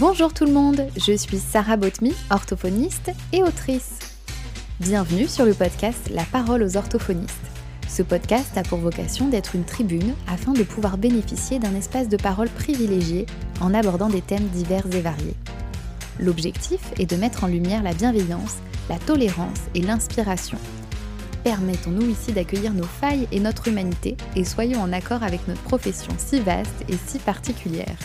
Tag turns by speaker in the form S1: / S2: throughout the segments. S1: Bonjour tout le monde, je suis Sarah Botmy, orthophoniste et autrice. Bienvenue sur le podcast La parole aux orthophonistes. Ce podcast a pour vocation d'être une tribune afin de pouvoir bénéficier d'un espace de parole privilégié en abordant des thèmes divers et variés. L'objectif est de mettre en lumière la bienveillance, la tolérance et l'inspiration. Permettons-nous ici d'accueillir nos failles et notre humanité et soyons en accord avec notre profession si vaste et si particulière.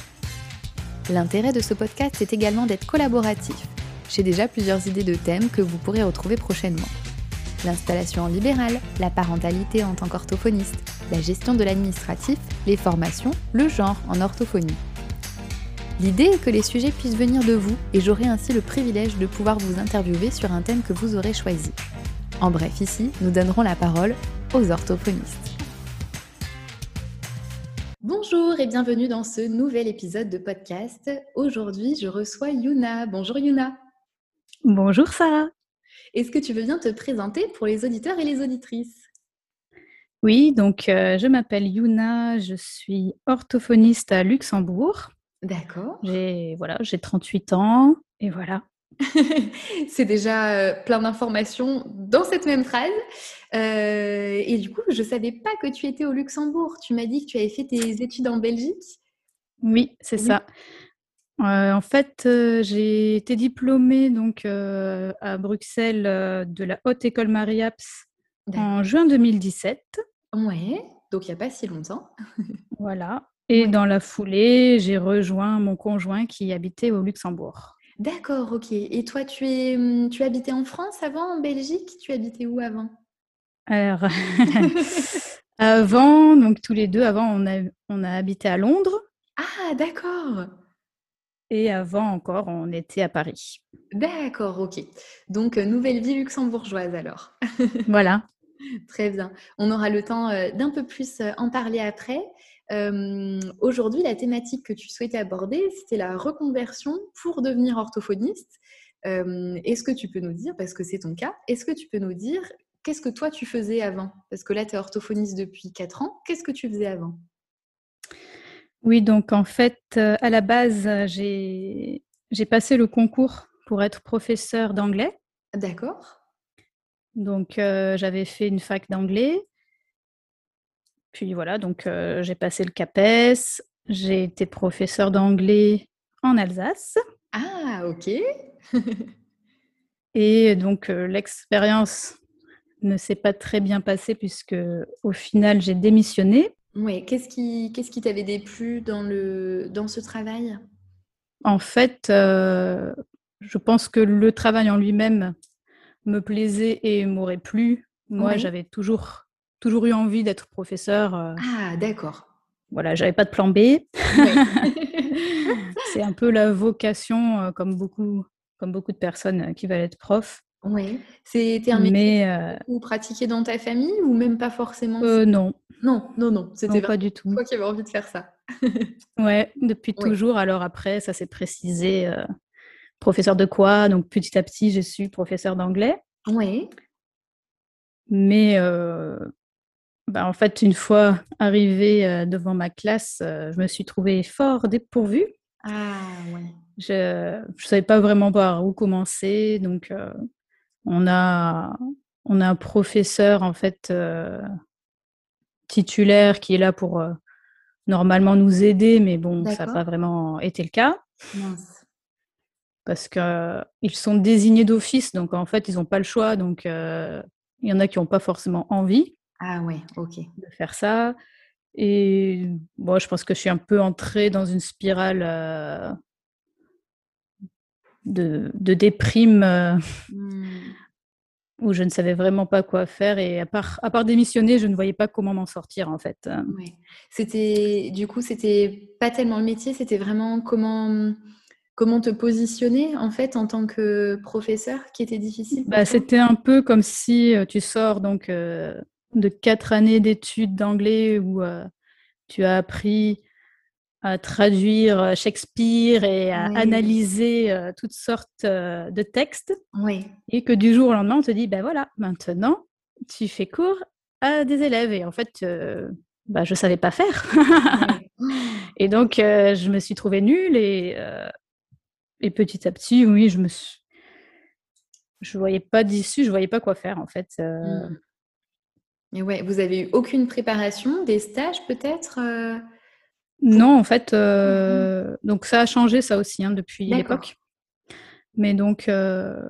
S1: L'intérêt de ce podcast est également d'être collaboratif. J'ai déjà plusieurs idées de thèmes que vous pourrez retrouver prochainement. L'installation en libéral, la parentalité en tant qu'orthophoniste, la gestion de l'administratif, les formations, le genre en orthophonie. L'idée est que les sujets puissent venir de vous et j'aurai ainsi le privilège de pouvoir vous interviewer sur un thème que vous aurez choisi. En bref, ici, nous donnerons la parole aux orthophonistes. Bonjour et bienvenue dans ce nouvel épisode de podcast. Aujourd'hui, je reçois Yuna. Bonjour Yuna.
S2: Bonjour Sarah.
S1: Est-ce que tu veux bien te présenter pour les auditeurs et les auditrices
S2: Oui, donc euh, je m'appelle Yuna, je suis orthophoniste à Luxembourg.
S1: D'accord.
S2: J'ai voilà, j'ai 38 ans et voilà.
S1: C'est déjà euh, plein d'informations dans cette même phrase. Euh, et du coup, je ne savais pas que tu étais au Luxembourg. Tu m'as dit que tu avais fait tes études en Belgique.
S2: Oui, c'est
S1: Oui.
S2: ça. Euh, en fait, euh, j'ai été diplômée donc euh, à Bruxelles euh, de la Haute École Mariaps en juin 2017.
S1: Ouais, donc il n'y a pas si longtemps.
S2: Voilà. Et
S1: Ouais.
S2: dans la foulée, j'ai rejoint mon conjoint qui habitait au Luxembourg.
S1: D'accord, ok. Et toi, tu, es, hum, tu habitais en France avant, en Belgique Tu habitais où avant
S2: Alors, avant, donc tous les deux, avant, on a, on a habité à Londres
S1: Ah, d'accord.
S2: et avant encore, on était à Paris.
S1: D'accord, ok. Donc, euh, nouvelle vie luxembourgeoise alors.
S2: Voilà.
S1: Très bien. On aura le temps euh, d'un peu plus euh, en parler après. Euh, Aujourd'hui, la thématique que tu souhaitais aborder, c'était la reconversion pour devenir orthophoniste. Euh, est-ce que tu peux nous dire, parce que c'est ton cas, est-ce que tu peux nous dire qu'est-ce que toi tu faisais avant Parce que là, tu es orthophoniste depuis 4 ans. Qu'est-ce que tu faisais avant
S2: Oui, donc en fait, euh, à la base, euh, j'ai j'ai passé le concours pour être professeur d'anglais.
S1: D'accord
S2: Donc euh, j'avais fait une fac d'anglais. Puis voilà, donc euh, j'ai passé le CAPES. J'ai été professeur d'anglais en Alsace.
S1: Ah, ok.
S2: Et donc euh, l'expérience ne s'est pas très bien passée puisque au final j'ai démissionné.
S1: Ouais, qu'est-ce qui, qu'est-ce qui t'avait déplu dans, le, dans ce travail
S2: En fait, euh, je pense que le travail en lui-même me plaisait et m'aurait plu. Moi,
S1: Oui.
S2: j'avais toujours, toujours eu envie d'être professeur. euh,
S1: Ah, d'accord.
S2: voilà, j'avais pas de plan B.
S1: Ouais.
S2: C'est un peu la vocation, euh, comme beaucoup, comme beaucoup de personnes euh, qui veulent être prof.
S1: Ouais. C'était un métier
S2: Mais euh,
S1: ou pratiqué dans ta famille ou même pas forcément
S2: euh, non,
S1: Non, non, non. C'était
S2: non,
S1: vraiment
S2: pas du tout.
S1: toi qui avais envie de faire ça.
S2: Ouais, depuis
S1: Oui.
S2: toujours. Alors après, ça s'est précisé. euh, professeur de quoi Donc petit à petit, je suis professeur d'anglais.
S1: Ouais.
S2: Mais euh, bah, en fait, une fois arrivée euh, devant ma classe, euh, je me suis trouvée fort dépourvue.
S1: Ah ouais.
S2: Je ne savais pas vraiment par où commencer. Donc, euh, on, a, on a un professeur, en fait, euh, titulaire qui est là pour euh, normalement nous aider, mais bon, ça n'a
S1: D'accord.
S2: pas vraiment été le cas
S1: Mince.
S2: parce qu'ils sont désignés d'office. Donc, en fait, ils n'ont pas le choix. Donc, euh, il y en a qui n'ont pas forcément envie.
S1: Ah ouais, ok.
S2: de faire ça. Et bon, je pense que je suis un peu entrée dans une spirale euh, de, de déprime euh,
S1: Hmm.
S2: où je ne savais vraiment pas quoi faire. Et à part, à part démissionner, je ne voyais pas comment m'en sortir en fait. Euh,
S1: Ouais. C'était du coup, c'était pas tellement le métier, c'était vraiment comment comment te positionner en fait en tant que professeur qui était difficile. pour
S2: Bah,
S1: toi
S2: C'était un peu comme si euh, tu sors donc euh, de quatre années d'études d'anglais où euh, tu as appris à traduire euh, Shakespeare et à
S1: Ouais.
S2: analyser euh, toutes sortes euh, de textes.
S1: Ouais.
S2: et que du jour au lendemain, on te dit, ben voilà, maintenant, tu fais cours à des élèves. Et en fait, euh, bah, je ne savais pas faire.
S1: Ouais. Oh.
S2: et donc, euh, je me suis trouvée nulle et euh, et petit à petit, oui, je me suis... Je voyais pas d'issue, je voyais pas quoi faire en fait. Euh,
S1: Mm. Et ouais, vous avez eu aucune préparation, des stages peut-être euh,
S2: Non, en fait, euh, donc ça a changé ça aussi hein, depuis
S1: Mmh, D'accord.
S2: l'époque. Mais donc, euh,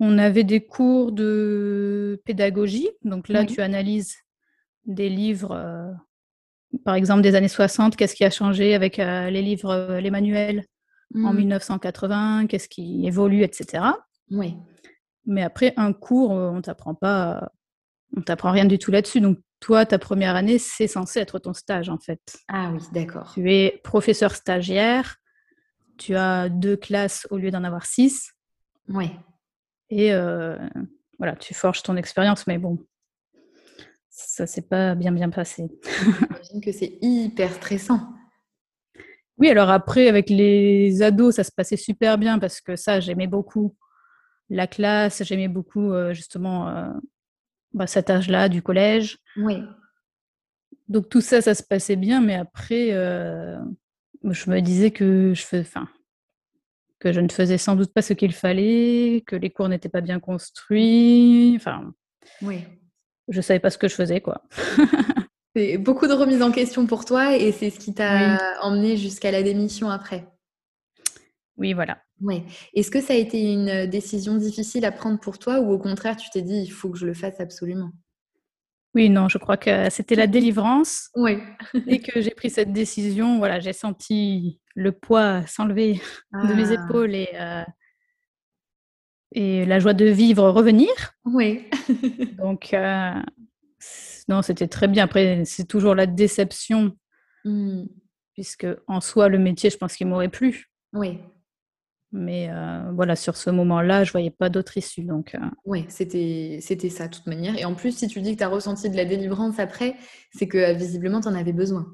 S2: on avait des cours de pédagogie. Donc là,
S1: Oui.
S2: tu analyses des livres, euh, par exemple des années 60, qu'est-ce qui a changé avec euh, les livres, euh, les manuels en
S1: hmm,
S2: 1980, qu'est-ce qui évolue, etc.
S1: Ouais.
S2: Mais après, un cours, euh, on t'apprend pas, on t'apprend rien du tout là-dessus. Donc toi, ta première année, c'est censé être ton stage en fait.
S1: Ah oui, d'accord.
S2: Tu es professeur stagiaire, tu as deux classes au lieu d'en avoir six,
S1: Ouais.
S2: et euh, voilà, tu forges ton expérience, mais bon, ça s'est pas bien bien passé.
S1: J'imagine que c'est hyper stressant.
S2: Oui, alors après, avec les ados, ça se passait super bien parce que ça, j'aimais beaucoup la classe, j'aimais beaucoup euh, justement euh, bah, cet âge-là du collège.
S1: Ouais.
S2: Donc tout ça, ça se passait bien, mais après, euh, je me disais que je fais, enfin, que je ne faisais sans doute pas ce qu'il fallait, que les cours n'étaient pas bien construits, enfin,
S1: Ouais.
S2: je savais pas ce que je faisais, quoi.
S1: C'est beaucoup de remises en question pour toi et c'est ce qui t'a
S2: Oui.
S1: emmené jusqu'à la démission après.
S2: Oui, voilà.
S1: Ouais. Est-ce que ça a été une euh, décision difficile à prendre pour toi ou au contraire tu t'es dit il faut que je le fasse absolument
S2: Oui, non, je crois que c'était la délivrance.
S1: Oui.
S2: Dès que j'ai pris cette décision, voilà, j'ai senti le poids s'enlever de
S1: Ah.
S2: mes épaules et, euh, et la joie de vivre revenir.
S1: Oui.
S2: Donc, euh, c- non, c'était très bien. Après, c'est toujours la déception,
S1: Mmh.
S2: puisque en soi, le métier, je pense qu'il m'aurait plu.
S1: Oui.
S2: Mais euh, voilà, sur ce moment-là, je voyais pas d'autre issue. Donc, euh,
S1: Ouais, c'était c'était ça de toute manière. Et en plus, si tu dis que tu as ressenti de la délivrance après, c'est que euh, visiblement tu en avais besoin.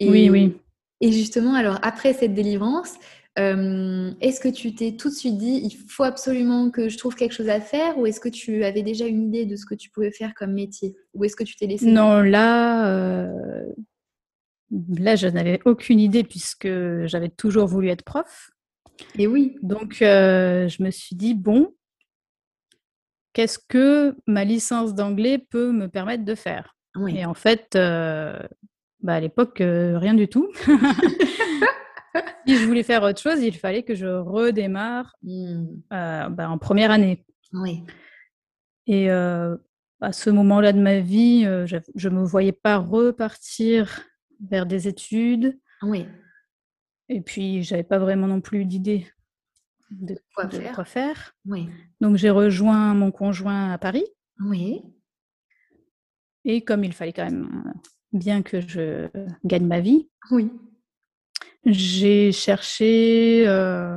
S1: Et,
S2: oui, oui.
S1: et justement, alors après cette délivrance, euh, est-ce que tu t'es tout de suite dit il faut absolument que je trouve quelque chose à faire ou est-ce que tu avais déjà une idée de ce que tu pouvais faire comme métier ou est-ce que tu t'es laissé
S2: Non, là, euh, là, je n'avais aucune idée, puisque j'avais toujours voulu être prof.
S1: Et oui.
S2: Donc, euh, je me suis dit, bon, qu'est-ce que ma licence d'anglais peut me permettre de faire
S1: Ouais.
S2: Et en fait, euh, bah, à l'époque, euh, rien du tout. si je voulais faire autre chose, il fallait que je redémarre
S1: Hmm.
S2: euh, bah, en première année.
S1: Ouais.
S2: Et euh, à ce moment-là de ma vie, euh, je je me voyais pas repartir vers des études.
S1: Ouais.
S2: Et puis, j'avais pas vraiment non plus d'idée de,
S1: Quoi
S2: de
S1: faire
S2: quoi faire.
S1: Ouais.
S2: Donc, j'ai rejoint mon conjoint à Paris.
S1: Ouais.
S2: Et comme il fallait quand même euh, bien que je gagne ma vie,
S1: Oui.
S2: j'ai cherché, euh,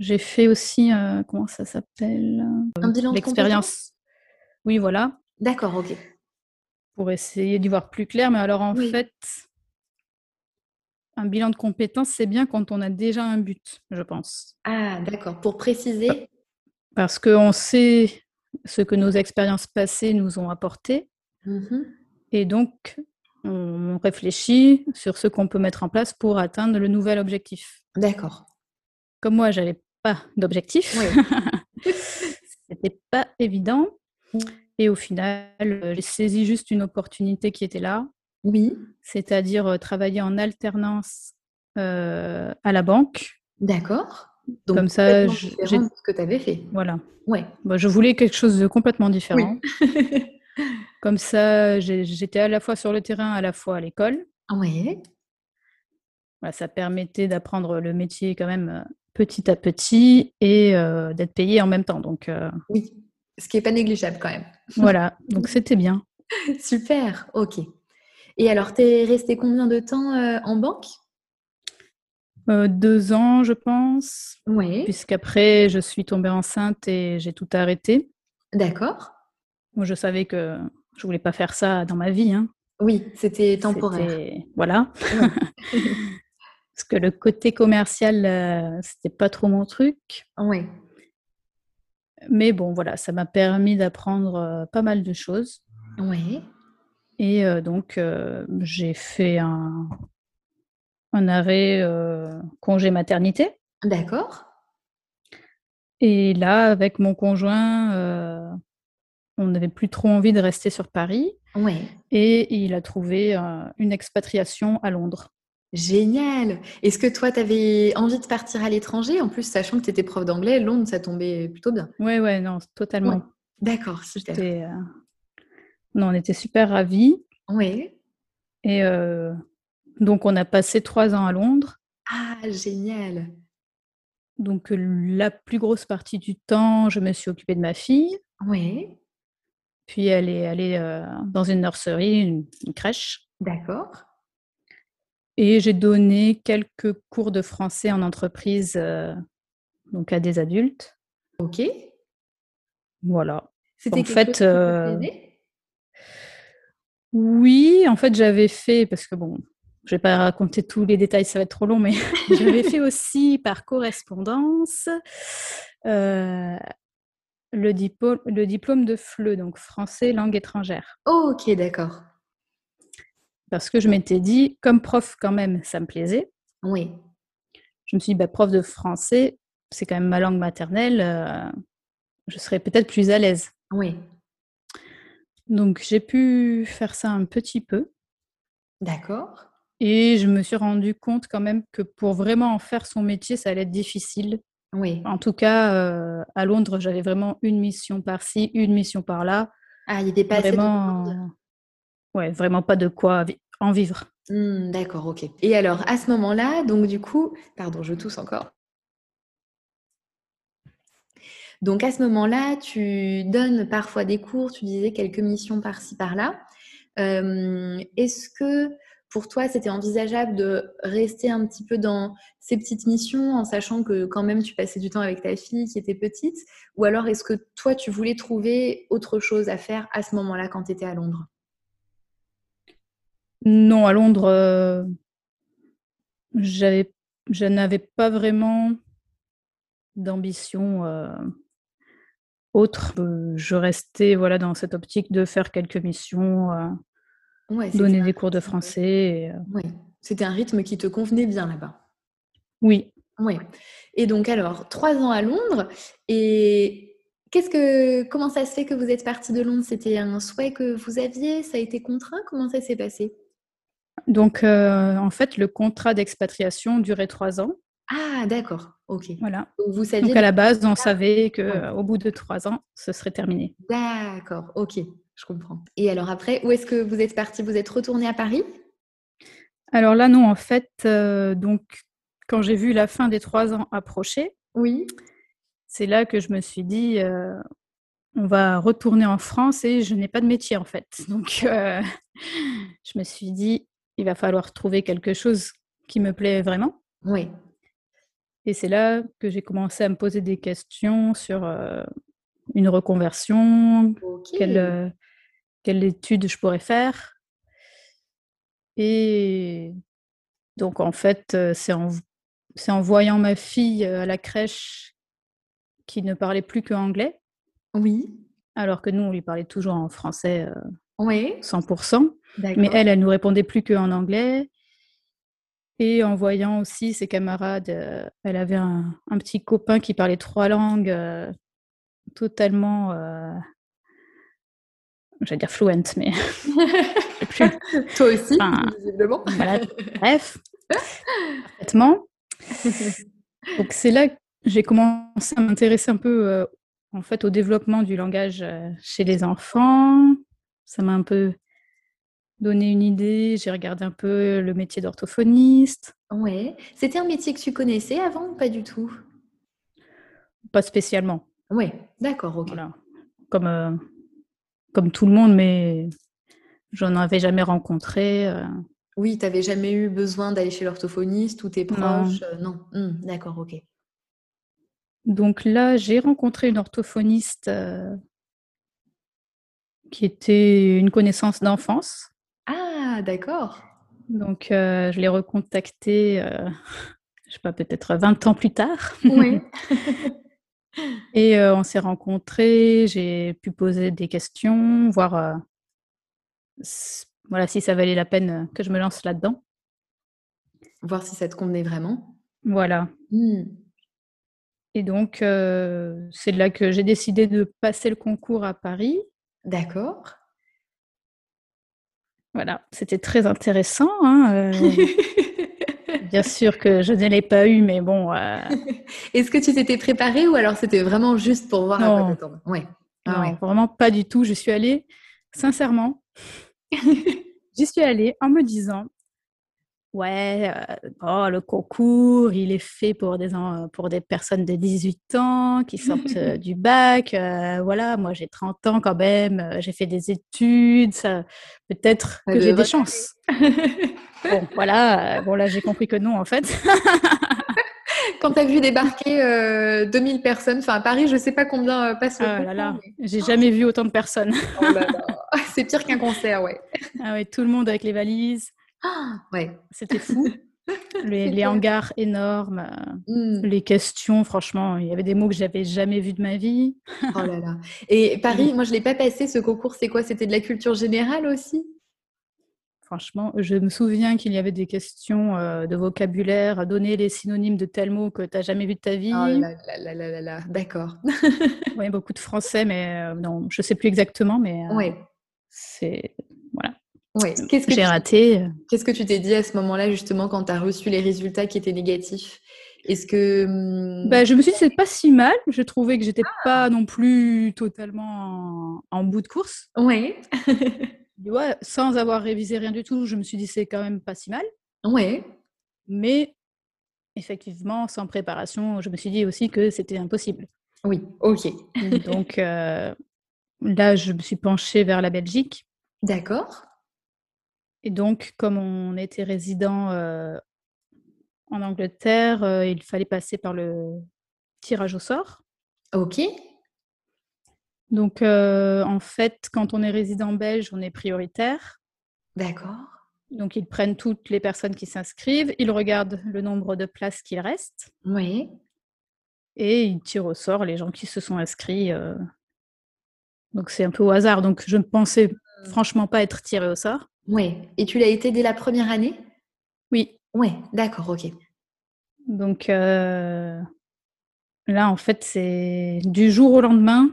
S2: j'ai fait aussi, euh, comment ça s'appelle
S1: Un bilan de compétences
S2: Euh, L'expérience. Oui, voilà,
S1: D'accord, ok.
S2: pour essayer d'y voir plus clair. Mais alors, en
S1: Oui.
S2: fait, un bilan de compétences, c'est bien quand on a déjà un but, je pense.
S1: Ah, d'accord. Pour préciser.
S2: Parce qu'on sait ce que nos expériences passées nous ont apporté.
S1: Mhm.
S2: Et donc, on réfléchit sur ce qu'on peut mettre en place pour atteindre le nouvel objectif.
S1: D'accord.
S2: comme moi, j'avais pas d'objectif.
S1: Ouais.
S2: C'était pas évident. Et au final, euh, j'ai saisi juste une opportunité qui était là,
S1: Oui.
S2: c'est-à-dire euh, travailler en alternance euh, à la banque.
S1: D'accord. Donc,
S2: Comme ça,
S1: complètement
S2: je-
S1: différent
S2: j'ai-
S1: de ce que tu avais fait.
S2: Voilà.
S1: Ouais.
S2: Moi, je voulais quelque chose de complètement
S1: Oui.
S2: différent. Comme ça, j'ai- j'étais à la fois sur le terrain, à la fois à l'école.
S1: ouais.
S2: Voilà, ça permettait d'apprendre le métier quand même euh, petit à petit et euh, d'être payé en même temps. Donc euh,
S1: Oui. Ce qui n'est pas négligeable quand même.
S2: voilà, donc c'était bien.
S1: Super. Ok. Et alors, t'es resté combien de temps euh, en banque
S2: Euh, deux ans, je pense.
S1: Oui.
S2: puisqu'après, je suis tombée enceinte et j'ai tout arrêté.
S1: D'accord.
S2: Moi, je savais que je voulais pas faire ça dans ma vie. hein.
S1: Oui, c'était temporaire.
S2: C'était- Voilà.
S1: Ouais.
S2: Parce que le côté commercial, euh, c'était pas trop mon truc.
S1: Ouais.
S2: Mais bon, voilà, ça m'a permis d'apprendre euh, pas mal de choses.
S1: Ouais.
S2: Et euh, donc, euh, j'ai fait un, un arrêt euh, congé maternité.
S1: D'accord.
S2: Et là, avec mon conjoint, euh, on n'avait plus trop envie de rester sur Paris.
S1: Ouais.
S2: Et il a trouvé euh, une expatriation à Londres.
S1: Génial. Est-ce que toi, tu avais envie de partir à l'étranger En plus, sachant que tu étais prof d'anglais, Londres, ça tombait plutôt bien.
S2: Ouais, ouais, non, totalement.
S1: Ouais. D'accord, super.
S2: C'était, euh, Non, on était super ravis.
S1: Ouais.
S2: Et euh, donc, on a passé trois ans à Londres.
S1: Ah, génial.
S2: Donc, euh, la plus grosse partie du temps, je me suis occupée de ma fille.
S1: Ouais.
S2: Puis, elle est allée euh, dans une nurserie, une, une crèche.
S1: D'accord.
S2: Et j'ai donné quelques cours de français en entreprise, euh, donc à des adultes.
S1: Ok.
S2: Voilà.
S1: C'était
S2: En
S1: quelque
S2: fait,
S1: chose qui te
S2: euh,
S1: plaisait
S2: Oui, en fait, j'avais fait, parce que bon, je vais pas raconter tous les détails, ça va être trop long, mais j'avais fait aussi par correspondance euh, le, dipo- le diplôme de FLE, donc français langue étrangère.
S1: Ok, d'accord.
S2: Parce que je m'étais dit, comme prof quand même, ça me plaisait.
S1: Oui.
S2: Je me suis dit, bah, prof de français, c'est quand même ma langue maternelle, euh, je serais peut-être plus à l'aise.
S1: Oui.
S2: Donc j'ai pu faire ça un petit peu.
S1: D'accord.
S2: Et je me suis rendu compte quand même que pour vraiment en faire son métier, ça allait être difficile.
S1: Oui.
S2: En tout cas, euh, à Londres, j'avais vraiment une mission par-ci, une mission par-là.
S1: Ah, il n'était pas assez de monde.
S2: Vraiment, euh, ouais, vraiment pas de quoi vi- en vivre.
S1: Hmm, D'accord, ok. Et alors, à ce moment-là, donc du coup, pardon, je tousse encore. Donc à ce moment-là, tu donnes parfois des cours, tu disais quelques missions par-ci, par-là. Euh, Est-ce que pour toi, c'était envisageable de rester un petit peu dans ces petites missions en sachant que quand même tu passais du temps avec ta fille qui était petite Ou alors est-ce que toi, tu voulais trouver autre chose à faire à ce moment-là quand tu étais à Londres
S2: Non, à Londres, euh, j'avais, je n'avais pas vraiment d'ambition euh, autre. Euh, je restais voilà dans cette optique de faire quelques missions, euh,
S1: Ouais, c'était
S2: donner
S1: un
S2: des cours de
S1: rythme-
S2: français. et, euh,
S1: ouais. C'était un rythme qui te convenait bien là-bas.
S2: oui.
S1: Oui. Et donc alors, trois ans à Londres. Et qu'est-ce que, comment ça se fait que vous êtes partie de Londres C'était un souhait que vous aviez Ça a été contraint Comment ça s'est passé
S2: Donc, euh, en fait, le contrat d'expatriation durait trois ans.
S1: Ah, d'accord. Ok.
S2: Voilà.
S1: Donc vous saviez.
S2: Donc, à la base, on savait que
S1: Ouais.
S2: euh, au bout de trois ans, ce serait terminé.
S1: D'accord. Ok. Je comprends. Et alors après, où est-ce que vous êtes partie Vous êtes retournée à Paris
S2: Alors là, non, en fait, euh, donc, quand j'ai vu la fin des trois ans approcher,
S1: Oui.
S2: c'est là que je me suis dit, euh, on va retourner en France et je n'ai pas de métier, en fait. Donc, euh, je me suis dit, il va falloir trouver quelque chose qui me plaît vraiment.
S1: Oui.
S2: Et c'est là que j'ai commencé à me poser des questions sur euh, une reconversion,
S1: Ok.
S2: quelle, euh, quelle étude je pourrais faire. Et donc, en fait, euh, c'est en, c'est en voyant ma fille euh, à la crèche qui ne parlait plus que anglais,
S1: Oui.
S2: alors que nous, on lui parlait toujours en français euh,
S1: Oui.
S2: 100%,
S1: D'accord.
S2: mais elle, elle nous répondait plus que en anglais. Et en voyant aussi ses camarades, euh, elle avait un, un petit copain qui parlait trois langues, euh, totalement, euh, j'allais dire fluent, mais je sais plus.
S1: Toi aussi,
S2: euh, Enfin,
S1: visiblement.
S2: Voilà, bref, parfaitement. Donc c'est là que j'ai commencé à m'intéresser un peu euh, en fait au développement du langage euh, chez les enfants. Ça m'a un peu donné une idée. J'ai regardé un peu le métier d'orthophoniste,
S1: Ouais. C'était un métier que tu connaissais avant ou pas du tout
S2: pas spécialement,
S1: Oui. D'accord. Ok.
S2: voilà, comme euh, comme tout le monde, mais j'en avais jamais rencontré. euh,
S1: Oui, tu n'avais jamais eu besoin d'aller chez l'orthophoniste ou tes
S2: Non.
S1: proches. euh, Non, Hum, d'accord, ok.
S2: Donc là, j'ai rencontré une orthophoniste euh, qui était une connaissance d'enfance.
S1: Ah, d'accord.
S2: Donc, euh, je l'ai recontactée, euh, je sais pas, peut-être 20 ans plus tard.
S1: Oui.
S2: Et euh, on s'est rencontrés, j'ai pu poser des questions, voir euh, s- voilà, si ça valait la peine euh, que je me lance là-dedans.
S1: Voir si ça te convenait vraiment.
S2: Voilà.
S1: Hum.
S2: Et donc, euh, c'est là que j'ai décidé de passer le concours à Paris.
S1: D'accord.
S2: Voilà, c'était très intéressant. Hein, euh, bien sûr que je ne l'ai pas eu, mais bon. Euh,
S1: Ah Est-ce que tu t'étais préparée ou alors c'était vraiment juste pour voir
S2: Non.
S1: à quoi t'attendre Ouais. Ah
S2: non,
S1: ouais.
S2: vraiment pas du tout. Je suis allée, sincèrement, j'y suis allée en me disant Ouais, euh, oh, le concours, il est fait pour des, en- pour des personnes de 18 ans qui sortent euh, du bac. euh, voilà, moi j'ai 30 ans quand même, euh, j'ai fait des études, ça- peut-être
S1: Ça
S2: que j'ai
S1: devrait
S2: des chances. Bon, voilà, euh, bon là j'ai compris que non en fait.
S1: Quand t'as vu débarquer euh, 2000 personnes, enfin à Paris, je sais pas combien euh, passe le
S2: Ah là
S1: concours,
S2: là,
S1: mais-
S2: j'ai jamais vu autant de personnes.
S1: Oh là là. c'est pire qu'un concert, ouais.
S2: Ah ouais, tout le monde avec les valises,
S1: Ouais.
S2: c'était fou. Les, les
S1: clair.
S2: hangars énormes, euh,
S1: Hmm.
S2: les questions, franchement, il y avait des mots que j'avais jamais vus de ma vie.
S1: Oh là là. Et Paris, moi je l'ai pas passé ce concours, c'est quoi C'était de la culture générale aussi
S2: Franchement, je me souviens qu'il y avait des questions euh, de vocabulaire, donner les synonymes de tel mot que tu n'as jamais vu de ta vie.
S1: Oh là là là là là là, d'accord.
S2: Ouais, beaucoup de français, mais euh, non, je ne sais plus exactement, mais euh,
S1: Ouais,
S2: c'est voilà.
S1: ouais. Qu'est-ce que
S2: J'ai
S1: tu-
S2: raté.
S1: Qu'est-ce que tu t'es dit à ce moment-là, justement, quand tu as reçu les résultats qui étaient négatifs Est-ce que. hum,
S2: Bah, je me suis dit c'est pas si mal. Je trouvais que j'étais
S1: Ah.
S2: pas non plus totalement en, en bout de course.
S1: Ouais,
S2: Ouais, sans avoir révisé rien du tout, je me suis dit c'est quand même pas si mal.
S1: ouais.
S2: Mais effectivement, sans préparation, je me suis dit aussi que c'était impossible.
S1: Oui, ok.
S2: Donc euh, là, je me suis penchée vers la Belgique.
S1: D'accord.
S2: Et donc, comme on était résident euh, en Angleterre, euh, il fallait passer par le tirage au sort.
S1: Ok.
S2: Donc, euh, en fait, quand on est résident belge, on est prioritaire.
S1: D'accord.
S2: Donc, ils prennent toutes les personnes qui s'inscrivent, ils regardent le nombre de places qu'il reste
S1: Oui.
S2: et ils tirent au sort les gens qui se sont inscrits. euh. Donc, c'est un peu au hasard. Donc, je ne pensais franchement pas être tirée au sort.
S1: Ouais. Et tu l'as été dès la première année
S2: Oui,
S1: Ouais, d'accord, ok.
S2: Donc euh, là, en fait, c'est du jour au lendemain.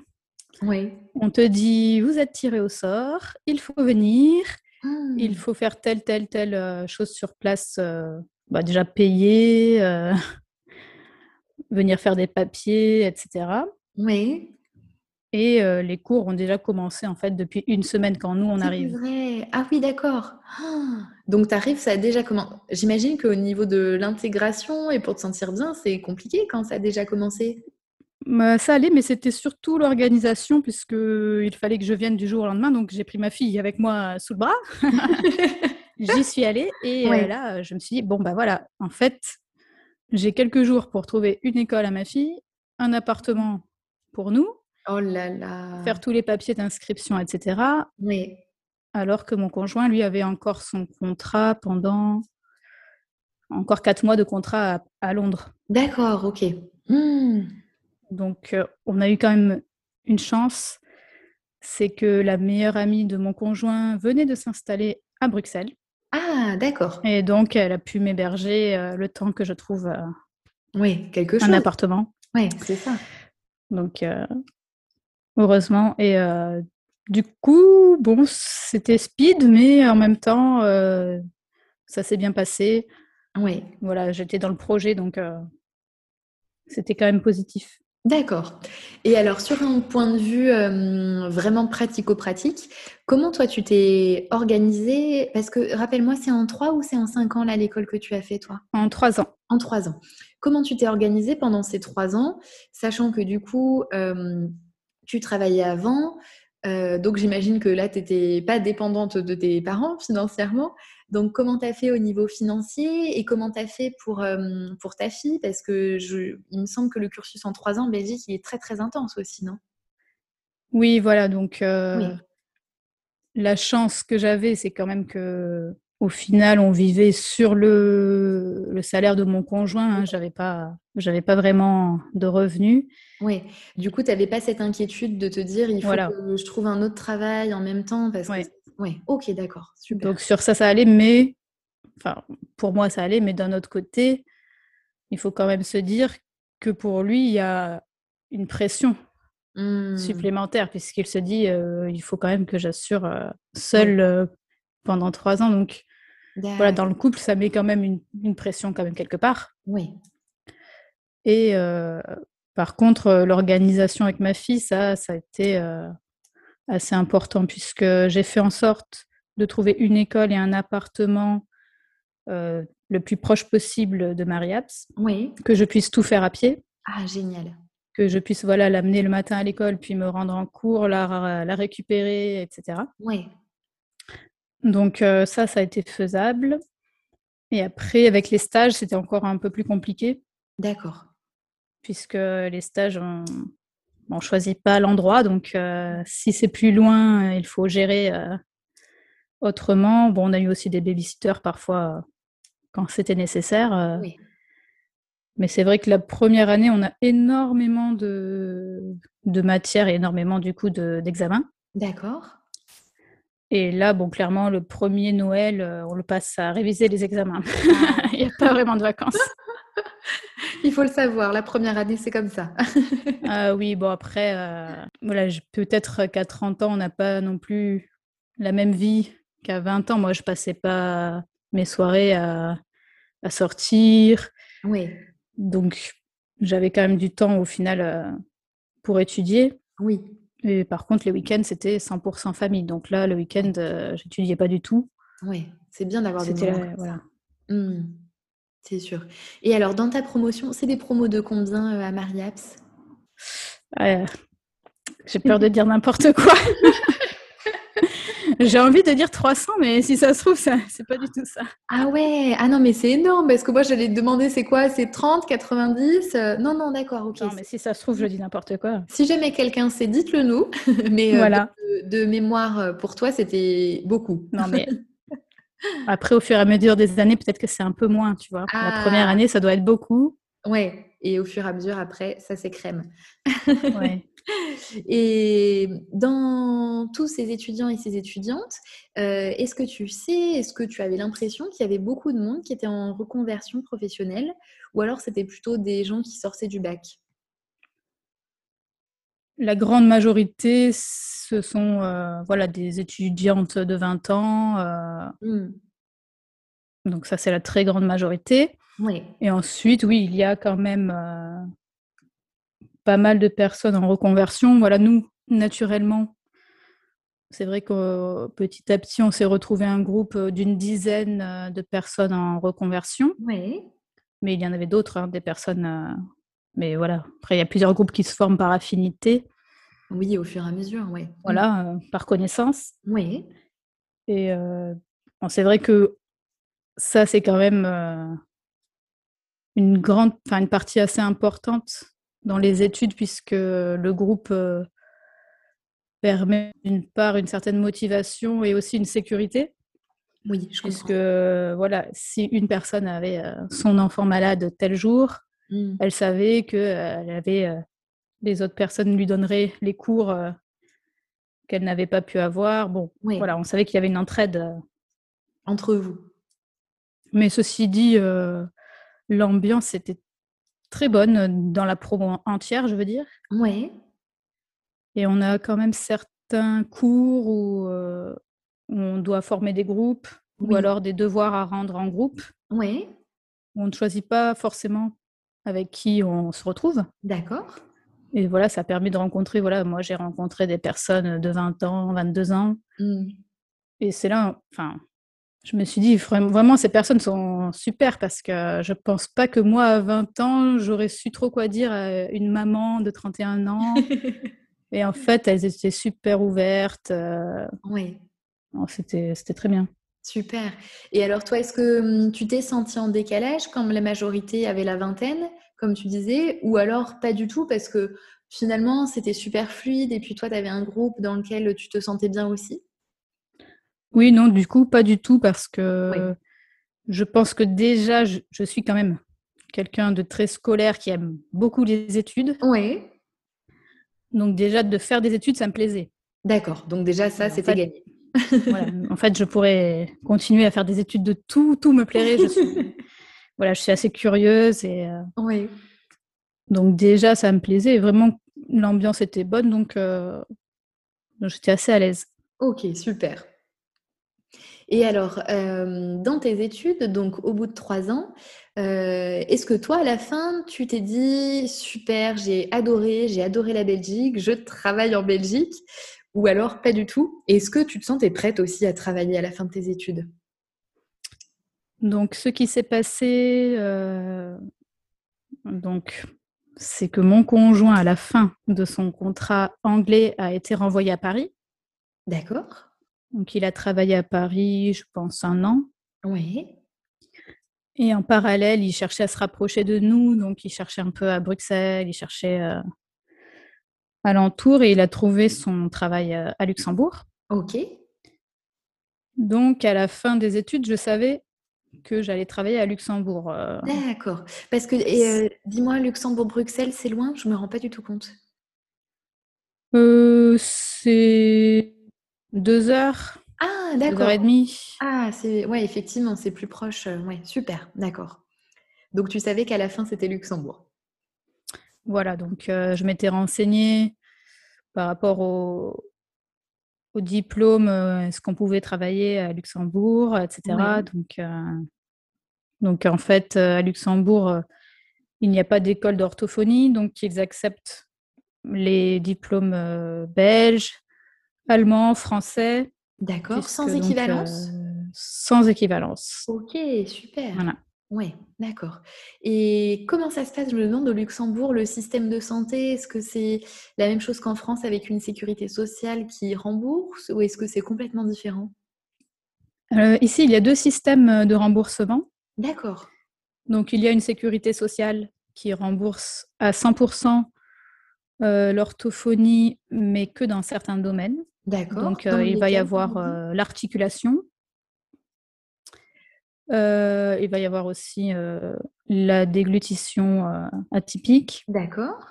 S1: Ouais.
S2: On te dit, vous êtes tiré au sort, il faut venir,
S1: Hum,
S2: il faut faire telle, telle, telle euh, chose sur place. euh, bah, déjà payer, euh, venir faire des papiers, etc.
S1: Ouais.
S2: Et euh, les cours ont déjà commencé, en fait, depuis une semaine quand nous, on
S1: C'est
S2: arrive.
S1: vrai. Ah oui, d'accord. Ah. Donc, tu arrives, ça a déjà commencé. J'imagine qu'au niveau de l'intégration et pour te sentir bien, c'est compliqué quand ça a déjà commencé.
S2: Bah, ça allait, mais c'était surtout l'organisation, puisqu'il fallait que je vienne du jour au lendemain. Donc, j'ai pris ma fille avec moi euh, sous le bras. J'y suis allée et euh,
S1: Ouais.
S2: là, euh, je me suis dit, bon, bah voilà, en fait, j'ai quelques jours pour trouver une école à ma fille, un appartement pour nous,
S1: oh là là.
S2: faire tous les papiers d'inscription, etc.
S1: Ouais.
S2: Alors que mon conjoint, lui, avait encore son contrat pendant encore quatre mois de contrat à, à Londres.
S1: D'accord, ok. Hmm.
S2: Donc, euh, on a eu quand même une chance, c'est que la meilleure amie de mon conjoint venait de s'installer à Bruxelles
S1: Ah, d'accord.
S2: et donc elle a pu m'héberger euh, le temps que je trouve euh,
S1: Oui, quelque chose.
S2: un appartement.
S1: Ouais, c'est ça.
S2: Donc, euh, heureusement. Et euh, du coup, bon, c'était speed, mais en même temps, euh, ça s'est bien passé.
S1: Oui,
S2: Voilà, j'étais dans le projet, donc euh, c'était quand même positif.
S1: d'accord. Et alors, sur un point de vue euh, vraiment pratico-pratique, comment toi tu t'es organisée Parce que rappelle-moi, c'est en 3 ou c'est en 5 ans là l'école que tu as fait toi
S2: En trois ans.
S1: En 3 ans. Comment tu t'es organisée pendant ces 3 ans, sachant que du coup, euh, tu travaillais avant euh, donc j'imagine que là, tu n'étais pas dépendante de tes parents financièrement. Donc comment tu as fait au niveau financier et comment tu as fait pour, euh, pour ta fille Parce que je, il me semble que le cursus en trois ans en Belgique, il est très très intense aussi, non
S2: Oui, voilà, donc euh, la chance que j'avais, c'est quand même que. Au final, on vivait sur le, le salaire de mon conjoint. hein. J'avais pas, j'avais pas vraiment de revenus.
S1: Oui. Du coup, tu n'avais pas cette inquiétude de te dire, il faut
S2: Voilà.
S1: que je trouve un autre travail en même temps. Parce
S2: Ouais.
S1: que... Oui, ok, d'accord, super.
S2: Donc sur ça, ça allait, mais enfin, pour moi, ça allait, mais d'un autre côté, il faut quand même se dire que pour lui, il y a une pression
S1: Hmm.
S2: supplémentaire, puisqu'il se dit euh, il faut quand même que j'assure euh, seule euh, pendant trois ans. Donc
S1: Mm.
S2: voilà, dans le couple, ça met quand même une, une pression quand même quelque part.
S1: Oui.
S2: Et euh, par contre, euh, l'organisation avec ma fille, ça, ça a été euh, assez important puisque j'ai fait en sorte de trouver une école et un appartement euh, le plus proche possible de Mariaps,
S1: Oui.
S2: que je puisse tout faire à pied,
S1: Ah, génial.
S2: que je puisse voilà l'amener le matin à l'école, puis me rendre en cours, la, la récupérer, etc.
S1: Oui.
S2: Donc euh, ça, ça a été faisable. Et après, avec les stages, c'était encore un peu plus compliqué
S1: D'accord.
S2: puisque les stages, on ne choisit pas l'endroit. Donc, euh, si c'est plus loin, euh, il faut gérer euh, autrement. Bon, on a eu aussi des babysitters parfois euh, quand c'était nécessaire. euh,
S1: Oui.
S2: Mais c'est vrai que la première année, on a énormément de, de matière et énormément du coup de- d'examens.
S1: D'accord.
S2: et là, bon, clairement, le premier Noël, euh, on le passe à réviser les examens.
S1: Ah,
S2: Il n'y a pas vraiment de vacances.
S1: il faut le savoir, la première année, c'est comme ça.
S2: Ah oui, bon, après, euh, voilà, je- peut-être qu'à 30 ans, on n'a pas non plus la même vie qu'à 20 ans. Moi, je passais pas mes soirées à, à sortir.
S1: oui.
S2: Donc, j'avais quand même du temps au final euh, pour étudier.
S1: Oui.
S2: Et par contre, les week-ends, c'était 100% famille. Donc là, le week-end, euh, j'étudiais pas du tout.
S1: Oui. C'est bien d'avoir des
S2: C'était
S1: moments
S2: la-
S1: comme ça.
S2: voilà.
S1: Hmm, C'est sûr. Et alors, dans ta promotion, c'est des promos de combien euh, à Mariaps
S2: Ouais, j'ai peur de dire n'importe quoi. J'ai envie de dire 300, mais si ça se trouve, ça, c'est pas du tout ça.
S1: Ah ouais, ah non, mais c'est énorme parce que moi j'allais te demander c'est quoi C'est 30, 90 euh, Non, non, d'accord, ok.
S2: Non, mais si ça se trouve, je dis n'importe quoi.
S1: Si jamais quelqu'un sait, dites-le nous. mais euh,
S2: Voilà.
S1: de, de mémoire, euh, pour toi, c'était beaucoup.
S2: Non, mais après, au fur et à mesure des années, peut-être que c'est un peu moins, tu vois. Pour La première
S1: Ah.
S2: année, ça doit être beaucoup.
S1: Ouais, et au fur et à mesure, après, ça s'écrème.
S2: Ouais.
S1: Et dans tous ces étudiants et ces étudiantes, euh, est-ce que tu sais, est-ce que tu avais l'impression qu'il y avait beaucoup de monde qui était en reconversion professionnelle ou alors c'était plutôt des gens qui sortaient du bac
S2: La grande majorité, ce sont euh, voilà, des étudiantes de 20 ans. euh,
S1: Hmm,
S2: donc ça, c'est la très grande majorité.
S1: Ouais,
S2: Et ensuite, oui, il y a quand même euh, pas mal de personnes en reconversion. Voilà, nous, naturellement, c'est vrai que euh, petit à petit, on s'est retrouvé un groupe d'une dizaine euh, de personnes en reconversion.
S1: ouais.
S2: Mais il y en avait d'autres, hein, des personnes. euh, mais voilà. Après, il y a plusieurs groupes qui se forment par affinité,
S1: Oui, au fur et à mesure, ouais. Hmm.
S2: voilà, euh, par connaissance.
S1: Oui.
S2: Et euh, bon, c'est vrai que ça, c'est quand même euh, une grande, enfin une partie assez importante dans les études, puisque le groupe euh, permet d'une part une certaine motivation et aussi une sécurité.
S1: Oui, je
S2: Puisque
S1: comprends.
S2: euh, voilà, si une personne avait euh, son enfant malade tel jour,
S1: Mm.
S2: elle savait que euh, elle avait euh, les autres personnes lui donneraient les cours euh, qu'elle n'avait pas pu avoir. Bon,
S1: Ouais,
S2: voilà, on savait qu'il y avait une entraide. euh.
S1: entre vous.
S2: Mais ceci dit, euh, l'ambiance était très bonne euh, dans la promo entière, je veux dire.
S1: Ouais.
S2: Et on a quand même certains cours où, euh, où on doit former des groupes ou
S1: Oui.
S2: alors des devoirs à rendre en groupe.
S1: Ouais.
S2: On ne choisit pas forcément avec qui on se retrouve.
S1: D'accord.
S2: Et voilà, ça permet de rencontrer. Voilà, moi j'ai rencontré des personnes de 20 ans, 22 ans.
S1: Mm.
S2: Et c'est là, enfin, je me suis dit, vraiment, vraiment, ces personnes sont super parce que je pense pas que moi, à 20 ans, j'aurais su trop quoi dire à une maman de 31 ans. Et en fait, elles étaient super ouvertes. euh,
S1: ouais.
S2: non, C'était c'était très bien.
S1: Super. Et alors toi, est-ce que hum, tu t'es sentie en décalage comme la majorité avait la vingtaine, comme tu disais, ou alors pas du tout parce que finalement c'était super fluide et puis toi, tu avais un groupe dans lequel tu te sentais bien aussi
S2: Oui, non, du coup, pas du tout parce que
S1: Oui.
S2: je pense que déjà, je, je suis quand même quelqu'un de très scolaire qui aime beaucoup les études.
S1: Oui.
S2: Donc déjà, de faire des études, ça me plaisait.
S1: D'accord. Donc déjà, ça,
S2: Mais en
S1: c'était
S2: fait,
S1: gagné.
S2: Voilà. En fait, je pourrais continuer à faire des études de tout, tout me plairait. Je suis, voilà, je suis assez curieuse et euh,
S1: Oui.
S2: Donc déjà, ça me plaisait et vraiment l'ambiance était bonne, donc, euh, donc j'étais assez à l'aise.
S1: Ok, super. Et alors, euh, dans tes études, donc au bout de trois ans, euh, est-ce que toi, à la fin, tu t'es dit super, j'ai adoré, j'ai adoré la Belgique, je travaille en Belgique, ou alors pas du tout Est-ce que tu te sentais prête aussi à travailler à la fin de tes études
S2: Donc, ce qui s'est passé, euh, donc, c'est que mon conjoint, à la fin de son contrat anglais, a été renvoyé à Paris.
S1: D'accord.
S2: Donc, il a travaillé à Paris, je pense, un an.
S1: Oui.
S2: Et en parallèle, il cherchait à se rapprocher de nous. Donc, il cherchait un peu à Bruxelles, il cherchait euh, alentour et il a trouvé son travail euh, à Luxembourg.
S1: Ok.
S2: Donc, à la fin des études, je savais que j'allais travailler à Luxembourg. euh,
S1: D'accord. Parce que, et, euh, dis-moi, Luxembourg-Bruxelles, c'est loin Je me rends pas du tout compte.
S2: euh, c'est deux heures,
S1: Ah,
S2: deux heures
S1: d'accord.
S2: et demie.
S1: Ah, c'est ouais, effectivement, c'est plus proche. euh, Ouais, super, d'accord. Donc tu savais qu'à la fin c'était Luxembourg.
S2: Voilà, donc euh, je m'étais renseignée par rapport au, au diplôme, euh, est-ce qu'on pouvait travailler à Luxembourg, etc.
S1: Ouais.
S2: Donc, euh, donc en fait, euh, à Luxembourg, euh, il n'y a pas d'école d'orthophonie, donc ils acceptent les diplômes euh, belges, allemands, français,
S1: D'accord, sans
S2: puisque donc,
S1: équivalence.
S2: euh, sans équivalence.
S1: Ok, super.
S2: Voilà.
S1: Ouais, d'accord. Et comment ça se passe, je me demande, au Luxembourg, le système de santé, est-ce que c'est la même chose qu'en France avec une sécurité sociale qui rembourse ou est-ce que c'est complètement différent?
S2: Euh, ici, il y a deux systèmes euh, de remboursement.
S1: D'accord.
S2: Donc, il y a une sécurité sociale qui rembourse à 100% euh, l'orthophonie, mais que dans certains domaines.
S1: D'accord.
S2: Donc, euh,
S1: Dans
S2: il va
S1: lesquels,
S2: y
S1: tu
S2: avoir
S1: me dis
S2: euh, l'articulation, euh, il va y avoir aussi euh, la déglutition euh, atypique,
S1: D'accord.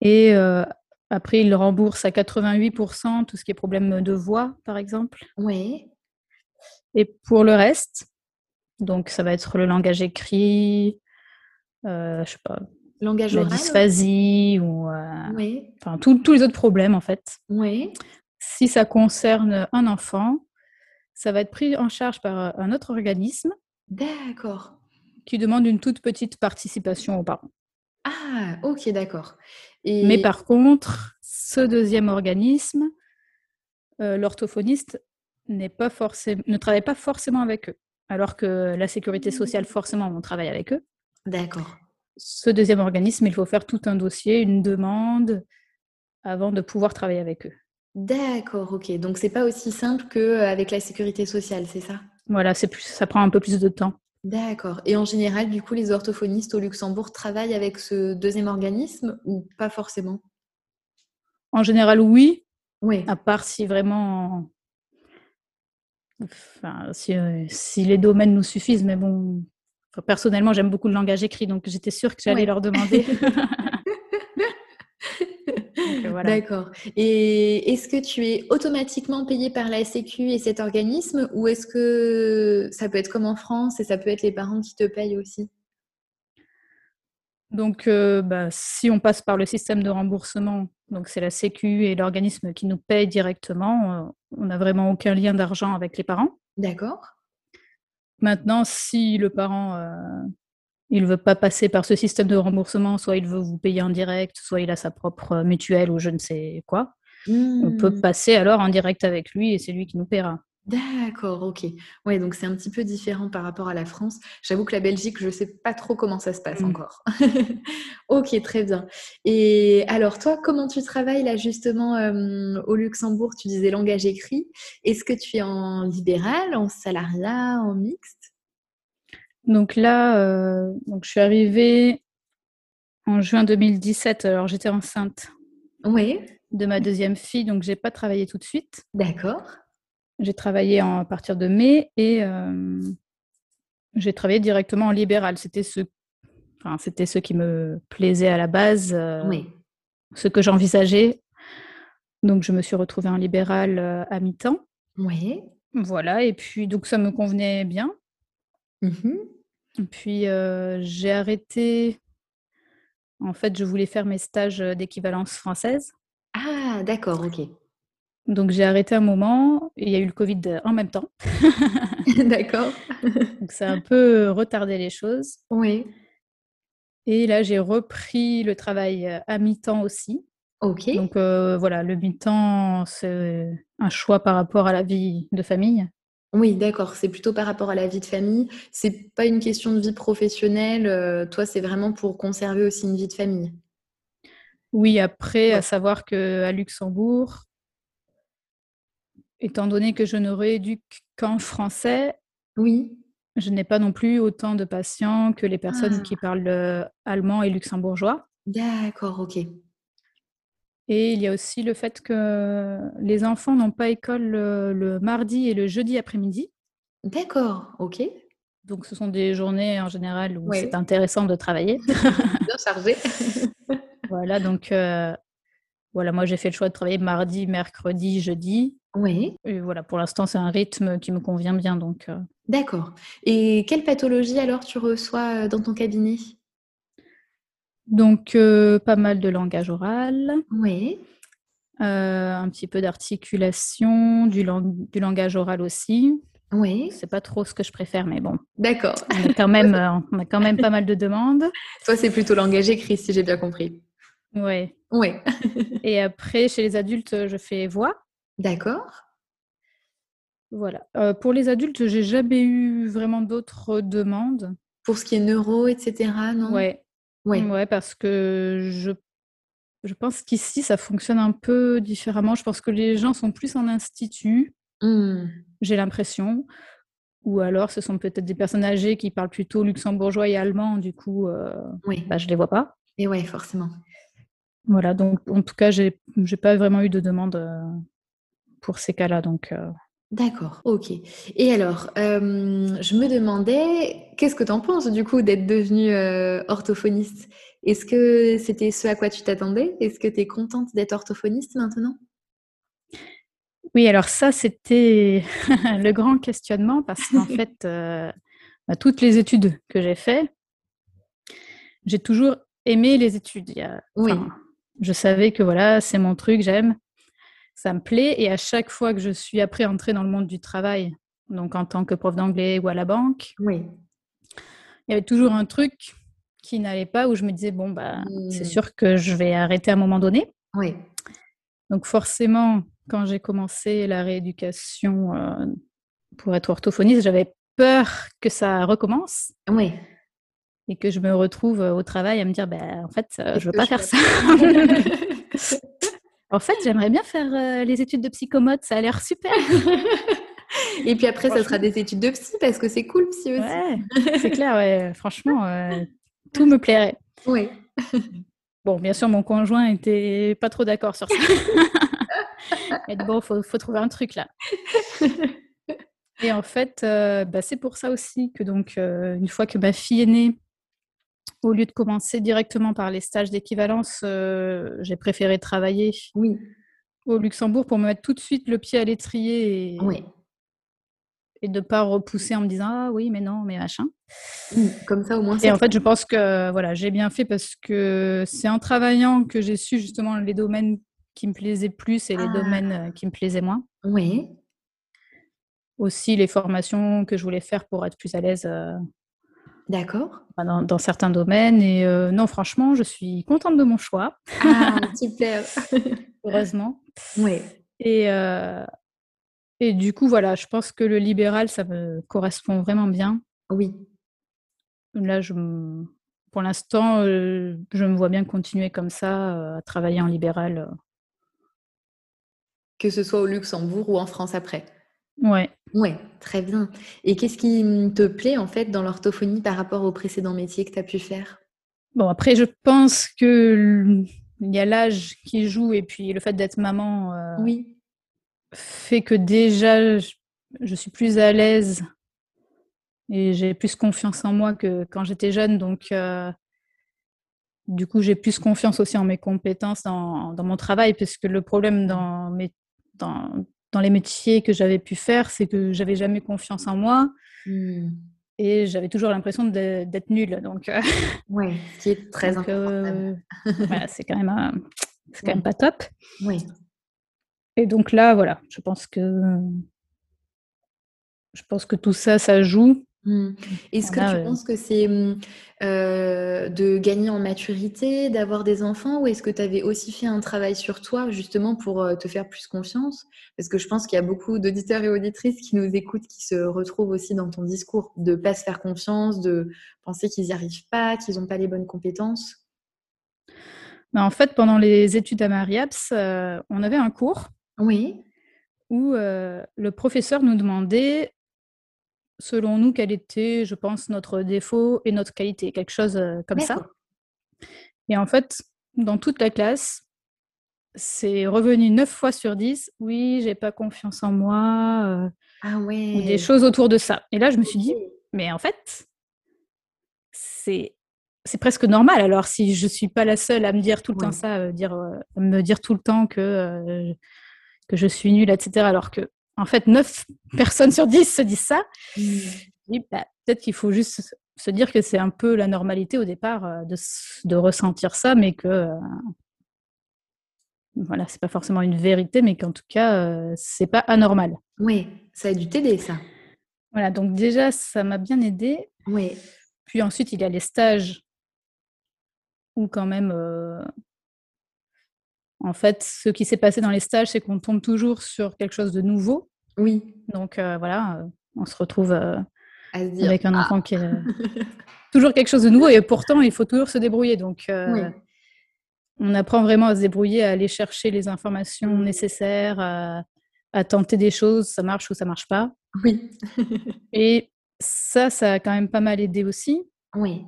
S2: et euh, après, il rembourse à 88% tout ce qui est problème de voix, par exemple.
S1: Ouais.
S2: Et pour le reste, donc ça va être le langage écrit, euh, je sais pas,
S1: Langage
S2: la
S1: oral
S2: dysphasie ou euh,
S1: Oui.
S2: enfin tous- tous les autres problèmes en fait.
S1: Oui.
S2: Si ça concerne un enfant, ça va être pris en charge par euh, un autre organisme
S1: D'accord.
S2: qui demande une toute petite participation aux parents.
S1: Ah, ok, d'accord.
S2: Mais
S1: Et
S2: par contre, ce deuxième organisme, euh, l'orthophoniste n'est pas forcé- ne travaille pas forcément avec eux. Alors que la sécurité sociale, forcément, on travaille avec eux.
S1: d'accord.
S2: Ce deuxième organisme, il faut faire tout un dossier, une demande, avant de pouvoir travailler avec eux.
S1: D'accord, ok. Donc c'est pas aussi simple qu'avec la sécurité sociale, c'est ça?
S2: Voilà, c'est plus, ça prend un peu plus de temps.
S1: D'accord. Et en général, du coup, les orthophonistes au Luxembourg travaillent avec ce deuxième organisme ou pas forcément? Ah,
S2: En général, oui,
S1: Oui.
S2: à part si vraiment, enfin, si, euh, si les domaines nous suffisent, mais bon, enfin, personnellement, j'aime beaucoup le langage écrit, donc j'étais sûre que j'allais
S1: Ouais.
S2: leur demander. Donc, euh, voilà.
S1: D'accord. Et est-ce que tu es automatiquement payé par la Sécu et cet organisme ou est-ce que ça peut être comme en France et ça peut être les parents qui te payent aussi?
S2: Donc, euh, bah, si on passe par le système de remboursement, donc c'est la Sécu et l'organisme qui nous paye directement, euh, on n'a vraiment aucun lien d'argent avec les parents.
S1: D'accord.
S2: Maintenant, si le parent euh, il veut pas passer par ce système de remboursement, soit il veut vous payer en direct, soit il a sa propre euh, mutuelle ou je ne sais quoi. On peut
S1: Hmm.
S2: passer alors en direct avec lui et c'est lui qui nous paiera.
S1: D'accord, ok. Ouais, donc c'est un petit peu différent par rapport à la France. J'avoue que la Belgique, je ne sais pas trop comment ça se passe
S2: Mm.
S1: encore. ok, très bien. Et alors toi, comment tu travailles là justement euh, au Luxembourg Tu disais langage écrit. Est-ce que tu es en libéral, en salariat, en mixte
S2: Donc là, euh, donc je suis arrivée en juin 2017. Alors j'étais enceinte
S1: Oui,
S2: de ma deuxième fille, donc j'ai pas travaillé tout de suite.
S1: d'accord.
S2: J'ai travaillé en, à partir de mai et euh, j'ai travaillé directement en libéral. C'était ce, enfin, c'était ce qui me plaisait à la base, euh,
S1: Oui,
S2: ce que j'envisageais. Donc je me suis retrouvée en libéral euh, à mi-temps.
S1: oui.
S2: Voilà, et puis donc ça me convenait bien.
S1: Mhm.
S2: Puis euh, j'ai arrêté En fait, je voulais faire mes stages euh, d'équivalence française.
S1: Ah, d'accord, ok.
S2: Donc j'ai arrêté un moment, et il y a eu le Covid euh, en même temps.
S1: d'accord.
S2: Donc ça a un peu euh, retardé les choses.
S1: Oui.
S2: Et là, j'ai repris le travail euh, à mi-temps aussi.
S1: Ok.
S2: Donc euh, voilà, le mi-temps, c'est un choix par rapport à la vie de famille.
S1: Oui, d'accord. C'est plutôt par rapport à la vie de famille. C'est pas une question de vie professionnelle. Euh, toi, c'est vraiment pour conserver aussi une vie de famille.
S2: Oui, après, ouais. à savoir que à Luxembourg, étant donné que je ne rééduque qu'en français,
S1: oui,
S2: je n'ai pas non plus autant de patients que les personnes ah. qui parlent euh, allemand et luxembourgeois.
S1: D'accord, ok.
S2: Et il y a aussi le fait que les enfants n'ont pas école le, le, mardi et le jeudi après-midi.
S1: D'accord, ok.
S2: Donc ce sont des journées en général où ouais. c'est intéressant de travailler.
S1: Bien chargé.
S2: voilà, donc euh, voilà, moi j'ai fait le choix de travailler mardi, mercredi, jeudi.
S1: Oui.
S2: Et voilà, pour l'instant c'est un rythme qui me convient bien. donc. Euh...
S1: D'accord. Et quelle pathologie alors tu reçois euh, dans ton cabinet
S2: donc, euh, pas mal de langage oral.
S1: Oui.
S2: Euh, un petit peu d'articulation, du, lang du, langage oral aussi.
S1: Oui.
S2: C'est pas trop ce que je préfère, mais bon.
S1: D'accord.
S2: On a quand même, euh, on a quand même pas mal de demandes.
S1: Toi, c'est plutôt langage écrit, si j'ai bien compris.
S2: Oui.
S1: Oui.
S2: Et après, chez les adultes, je fais voix.
S1: D'accord.
S2: Voilà. Euh, pour les adultes, j'ai jamais eu vraiment d'autres demandes.
S1: Pour ce qui est neuro, etc., non
S2: Ouais.
S1: Ouais.
S2: ouais. parce que je, je pense qu'ici, ça fonctionne un peu différemment. Je pense que les gens sont plus en institut,
S1: mmh.
S2: j'ai l'impression. Ou alors, ce sont peut-être des personnes âgées qui parlent plutôt luxembourgeois et allemand. Du coup, euh,
S1: oui.
S2: bah, je ne les vois pas.
S1: Et ouais, forcément.
S2: Voilà, donc en tout cas, j'ai n'ai pas vraiment eu de demande euh, pour ces cas-là. Donc. Euh...
S1: D'accord, ok. Et alors, euh, je me demandais, qu'est-ce que tu en penses du coup d'être devenue euh, orthophoniste Est-ce que c'était ce à quoi tu t'attendais Est-ce que tu es contente d'être orthophoniste maintenant
S2: Oui, alors ça, c'était le grand questionnement parce qu'en fait, euh, bah, toutes les études que j'ai faites, j'ai toujours aimé les études. Il y a...
S1: oui.
S2: Enfin, je savais que voilà, c'est mon truc, j'aime ça me plaît. Et à chaque fois que je suis après entrée dans le monde du travail, donc en tant que prof d'anglais ou à la banque,
S1: oui.
S2: il y avait toujours un truc qui n'allait pas où je me disais, bon, bah, mmh. c'est sûr que je vais arrêter à un moment donné.
S1: Oui.
S2: Donc forcément, quand j'ai commencé la rééducation euh, pour être orthophoniste, j'avais peur que ça recommence.
S1: Oui.
S2: Et que je me retrouve au travail à me dire, bah, en fait, euh, je ne veux pas faire peux... ça. En fait, j'aimerais bien faire euh, les études de psychomote, ça a l'air super.
S1: Et puis après, ça sera des études de psy parce que c'est cool, psy aussi.
S2: Ouais, c'est clair, ouais. franchement, euh, tout me plairait.
S1: Oui.
S2: Bon, bien sûr, mon conjoint était pas trop d'accord sur ça. Mais bon, faut, faut trouver un truc là. Et en fait, euh, bah, c'est pour ça aussi que donc euh, une fois que ma fille est née, au lieu de commencer directement par les stages d'équivalence, euh, j'ai préféré travailler
S1: oui.
S2: au Luxembourg pour me mettre tout de suite le pied à l'étrier et,
S1: oui.
S2: et de ne pas repousser en me disant Ah oui, mais non, mais machin.
S1: Oui, Mmh, comme ça, au moins.
S2: Et en fait, je pense que voilà, j'ai bien fait parce que c'est en travaillant que j'ai su justement les domaines qui me plaisaient plus et les ah. domaines qui me plaisaient moins.
S1: Oui.
S2: Aussi les formations que je voulais faire pour être plus à l'aise. Euh,
S1: D'accord.
S2: Dans, dans, certains domaines. Et euh, non, franchement, je suis contente de mon choix.
S1: Ah, super.
S2: Heureusement.
S1: Oui.
S2: Et, euh, et du coup, voilà, je pense que le libéral, ça me correspond vraiment bien.
S1: Oui.
S2: Là, je, pour l'instant, euh, je me vois bien continuer comme ça, à travailler en libéral.
S1: Que ce soit au Luxembourg ou en France après.
S2: Ouais.
S1: Oui, très bien. Et qu'est-ce qui mmh, te plaît en fait dans l'orthophonie par rapport aux précédents métiers que tu as pu faire
S2: Bon, après, je pense que il y a l'âge qui joue et puis le fait d'être maman euh,
S1: oui.
S2: fait que déjà je, je suis plus à l'aise et j'ai plus confiance en moi que quand j'étais jeune. Donc, euh, du coup, j'ai plus confiance aussi en mes compétences, dans, dans mon travail, puisque le problème dans mes. Dans, dans les métiers que j'avais pu faire, c'est que j'avais jamais confiance en moi.
S1: Mm.
S2: et j'avais toujours l'impression de- d'être nulle. Donc, euh,
S1: Oui, qui est très
S2: donc,
S1: inconfortable.
S2: euh, voilà, c'est quand même, un- c'est quand
S1: Ouais.
S2: même pas top.
S1: Oui.
S2: Et donc là, voilà, je pense que je pense que tout ça, ça joue.
S1: Hmm. Est-ce que
S2: Voilà,
S1: tu
S2: euh.
S1: penses que c'est hum, euh, de gagner en maturité, d'avoir des enfants, ou est-ce que tu avais aussi fait un travail sur toi justement pour euh, te faire plus confiance Parce que je pense qu'il y a beaucoup d'auditeurs et auditrices qui nous écoutent, qui se retrouvent aussi dans ton discours, de pas se faire confiance, de penser qu'ils n'y arrivent pas, qu'ils n'ont pas les bonnes compétences.
S2: Mais Ben, en fait, pendant les études à Mariaps, euh, on avait un cours
S1: Oui.
S2: où euh, le professeur nous demandait, selon nous, quel était, je pense, notre défaut et notre qualité, quelque chose euh, comme ça.
S1: D'accord.
S2: Et en fait, dans toute la classe, c'est revenu 9 fois sur 10, oui, j'ai pas confiance en moi, euh,
S1: Ah ouais.
S2: ou des choses autour de ça. Et là, je me suis dit,
S1: Ok.
S2: mais en fait, c'est c'est presque normal. Alors, si je suis pas la seule à me dire tout le
S1: Ouais.
S2: temps ça, à me dire, euh, à me dire tout le temps que, euh, que je suis nulle, etc., alors que, en fait, 9 personnes sur 10 se disent ça,
S1: Hmm.
S2: je dis, bah, peut-être qu'il faut juste se- se dire que c'est un peu la normalité au départ euh, de, s- de ressentir ça, mais que, euh, voilà, c'est pas forcément une vérité, mais qu'en tout cas, euh, c'est pas anormal.
S1: Ouais, ça a dû t'aider ça.
S2: Voilà, donc déjà, ça m'a bien aidée.
S1: Ouais.
S2: Puis ensuite, il y a les stages où quand même, euh, en fait, ce qui s'est passé dans les stages, c'est qu'on tombe toujours sur quelque chose de nouveau.
S1: Oui.
S2: Donc euh, voilà, euh, on se retrouve euh,
S1: À se dire. ah.
S2: avec un enfant qui est euh, toujours quelque chose de nouveau et pourtant, il faut toujours se débrouiller. Donc euh,
S1: Oui.
S2: on apprend vraiment à se débrouiller, à aller chercher les
S1: Mm.
S2: informations nécessaires, à, à tenter des choses, ça marche ou ça marche pas.
S1: Oui.
S2: Et ça, ça a quand même pas mal aidé aussi.
S1: Oui.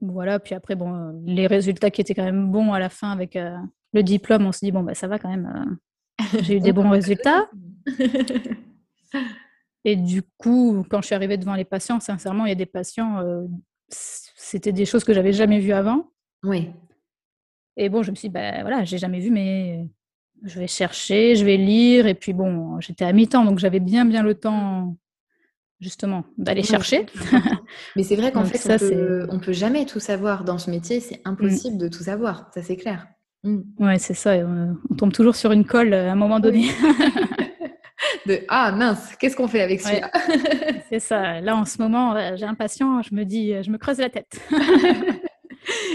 S2: Voilà, puis après, bon, euh, les résultats qui étaient quand même bons à la fin avec euh, le diplôme, on se dit, bon, bah, ça va quand même, euh, j'ai eu des bons résultats. Et du coup, quand je suis arrivée devant les patients, sincèrement, il y a des patients, euh, c- c'était des choses que j'avais jamais vues avant.
S1: Oui.
S2: Et bon, je me suis dit, bah, voilà, j'ai jamais vu, mais je vais chercher, je vais lire. Et puis bon, j'étais à mi-temps, donc j'avais bien, bien le temps, justement, d'aller
S1: Ouais,
S2: chercher.
S1: c'est important. Mais c'est vrai qu'en
S2: Donc
S1: fait,
S2: ça, Mm.
S1: on, peut, on peut jamais tout savoir dans ce métier. C'est impossible de tout savoir. Ça, c'est clair. Mm.
S2: Ouais, c'est ça, et on, on tombe toujours sur une colle euh, à un moment donné.
S1: De ah mince, qu'est-ce qu'on fait avec celui-là
S2: C'est ça. Là, en ce moment, euh, j'ai un patient, je me dis, euh, je me creuse la tête.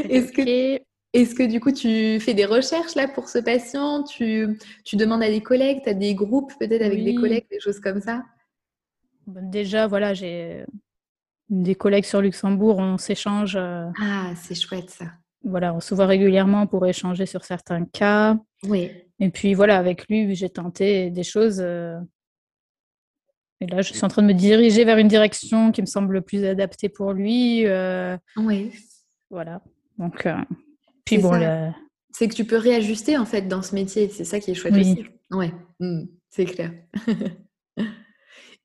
S1: Est-ce que
S2: Et
S1: est-ce que du coup tu fais des recherches là pour ce patient Tu tu demandes à des collègues, tu as des groupes peut-être avec des
S2: Oui.
S1: collègues, des choses comme ça
S2: bon, déjà, voilà, j'ai euh, des collègues sur Luxembourg, on s'échange, euh,
S1: Ah, c'est chouette ça.
S2: voilà, on se voit régulièrement pour échanger sur certains cas.
S1: Oui.
S2: Et puis voilà, avec lui, j'ai tenté des choses. euh, et là, je suis en train de me diriger vers une direction qui me semble plus adaptée pour lui. euh,
S1: Oui.
S2: voilà. Donc, euh, puis
S1: C'est
S2: bon,
S1: ça.
S2: le-
S1: C'est que tu peux réajuster en fait dans ce métier. C'est ça qui est chouette
S2: Oui.
S1: aussi. Ouais, mm, c'est clair.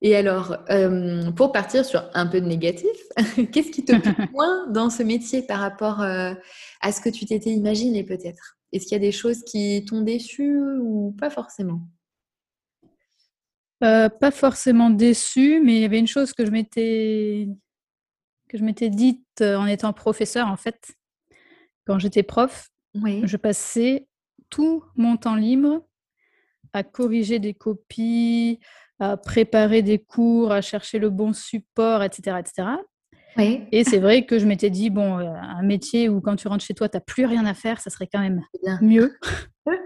S1: Et alors, euh, pour partir sur un peu de négatif, qu'est-ce qui te plaît moins dans ce métier par rapport euh, à ce que tu t'étais imaginé peut-être Est-ce qu'il y a des choses qui t'ont déçu ou pas forcément
S2: Euh, pas forcément déçue, mais il y avait une chose que je m'étais que je m'étais dite euh, en étant professeur en fait. Quand j'étais prof,
S1: Oui.
S2: je passais tout mon temps libre à corriger des copies, à préparer des cours, à chercher le bon support, etc., etc.
S1: Oui,
S2: Et c'est vrai que je m'étais dit bon, euh, un métier où quand tu rentres chez toi, t'as plus rien à faire, ça serait quand même
S1: c'est bien.
S2: mieux.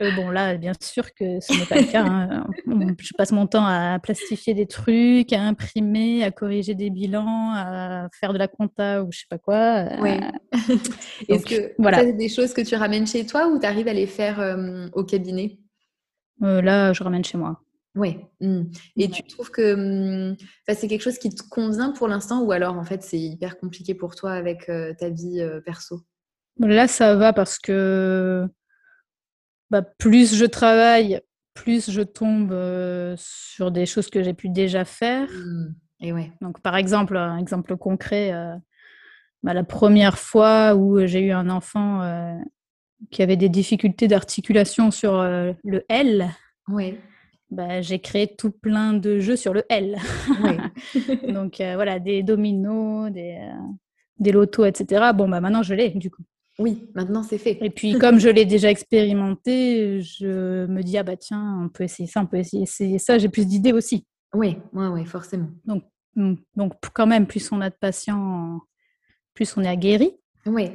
S2: Euh, bon, là, bien sûr que ce n'est pas le cas. hein. On- Je passe mon temps à plastifier des trucs, à imprimer, à corriger des bilans, à faire de la compta ou je sais pas quoi. euh,
S1: Oui. Est-ce
S2: donc,
S1: que
S2: voilà.
S1: ça, c'est des choses que tu ramènes chez toi ou tu arrives à les faire euh, au cabinet
S2: euh, là, je ramène chez moi.
S1: Oui. Mmh. Et tu trouves que hum, ça, c'est quelque chose qui te convient pour l'instant ou alors en fait c'est hyper compliqué pour toi avec euh, ta vie euh, perso
S2: Là, ça va parce que bah, plus je travaille, plus je tombe euh, sur des choses que j'ai pu déjà faire.
S1: Mm. Et ouais.
S2: Donc, par exemple, un exemple concret, euh, bah, la première fois où j'ai eu un enfant euh, qui avait des difficultés d'articulation sur euh, le L,
S1: Ouais.
S2: bah, j'ai créé tout plein de jeux sur le L.
S1: Oui.
S2: Donc euh, voilà, des dominos, des, euh, des lotos, etc. Bon, bah maintenant je l'ai du coup.
S1: Oui, maintenant c'est fait.
S2: Et puis comme je l'ai déjà expérimenté, je me dis, ah bah tiens, on peut essayer ça, on peut essayer essayer ça, j'ai plus d'idées aussi.
S1: Oui, ouais, ouais, forcément.
S2: Donc, mm, donc quand même, plus on a de patients, plus on est aguerri.
S1: Oui,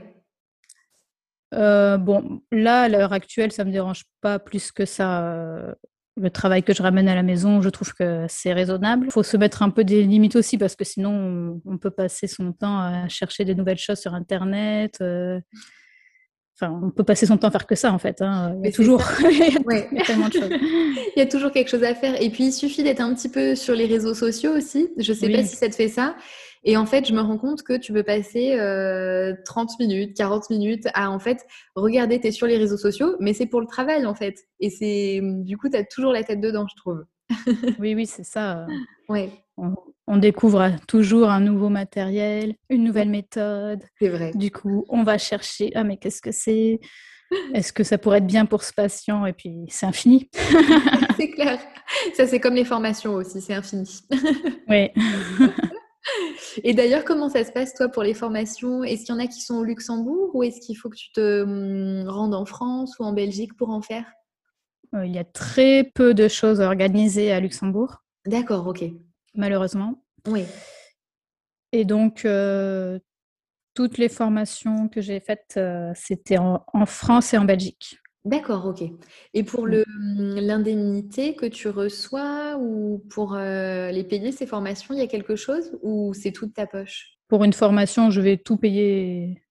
S2: Euh, bon, là, à l'heure actuelle, ça me dérange pas plus que ça. euh, Le travail que je ramène à la maison, je trouve que c'est raisonnable. Il faut se mettre un peu des limites aussi, parce que sinon, on, on peut passer son temps à chercher des nouvelles choses sur Internet. euh, Enfin, on peut passer son temps à faire que ça, en fait. hein. Il y
S1: Mais
S2: a
S1: c'est
S2: toujours
S1: ouais.
S2: il y a tellement de choses.
S1: Il y a toujours quelque chose à faire. Et puis, il suffit d'être un petit peu sur les réseaux sociaux aussi. Je sais pas
S2: Oui.
S1: si ça te fait ça. Et en fait, je me rends compte que tu peux passer euh, 30 minutes, 40 minutes à en fait regarder, tu es sur les réseaux sociaux, mais c'est pour le travail en fait. Et c'est du coup, tu as toujours la tête dedans, je trouve.
S2: Oui, oui, c'est ça.
S1: Ouais,
S2: On, on découvre toujours un nouveau matériel, une nouvelle méthode.
S1: c'est vrai.
S2: Du coup, on va chercher, ah mais qu'est-ce que c'est Est-ce que ça pourrait être bien pour ce patient Et puis, c'est infini.
S1: c'est clair. Ça, c'est comme les formations aussi, c'est infini.
S2: Oui.
S1: Et d'ailleurs, comment ça se passe toi pour les formations Est-ce qu'il y en a qui sont au Luxembourg ou est-ce qu'il faut que tu te hum, rendes en France ou en Belgique pour en faire
S2: euh, Il y a très peu de choses organisées à Luxembourg,
S1: D'accord, ok.
S2: malheureusement.
S1: Oui.
S2: Et donc, euh, toutes les formations que j'ai faites, euh, c'était en, en France et en Belgique.
S1: D'accord, ok. Et pour
S2: Mm.
S1: le mmh, l'indemnité que tu reçois ou pour euh, les payer ces formations, il y a quelque chose ou c'est toute ta poche
S2: Pour une formation, je vais tout payer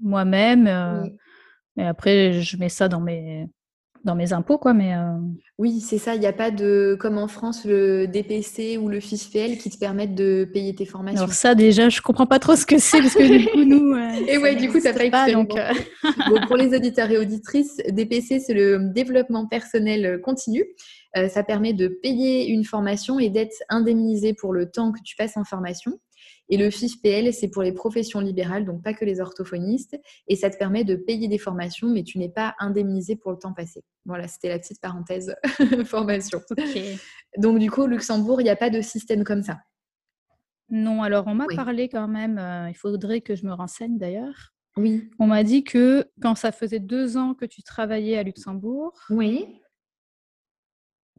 S2: moi-même. euh,
S1: Oui,
S2: et après, je mets ça dans mes, dans mes impôts, quoi. Mais euh,
S1: Oui, c'est ça. Il n'y a pas de, comme en France, le DPC ou le FISPL qui te permettent de payer tes formations.
S2: Alors ça déjà, je comprends pas trop ce que c'est parce que du coup nous. euh,
S1: Et
S2: ça
S1: ouais, du coup, t'as
S2: n'existe
S1: pas
S2: donc. euh,
S1: Bon, pour les auditeurs et auditrices, DPC, c'est le développement personnel continu. Euh, ça permet de payer une formation et d'être indemnisé pour le temps que tu passes en formation. Et le FIFPL, c'est pour les professions libérales, donc pas que les orthophonistes. Et ça te permet de payer des formations, mais tu n'es pas indemnisé pour le temps passé. Voilà, c'était la petite parenthèse formation.
S2: ok.
S1: Donc du coup, au Luxembourg, il n'y a pas de système comme ça.
S2: Non, alors on m'a
S1: Oui.
S2: parlé quand même. euh, il faudrait que je me renseigne d'ailleurs.
S1: Oui.
S2: On m'a dit que quand ça faisait deux ans que tu travaillais à Luxembourg,
S1: Oui.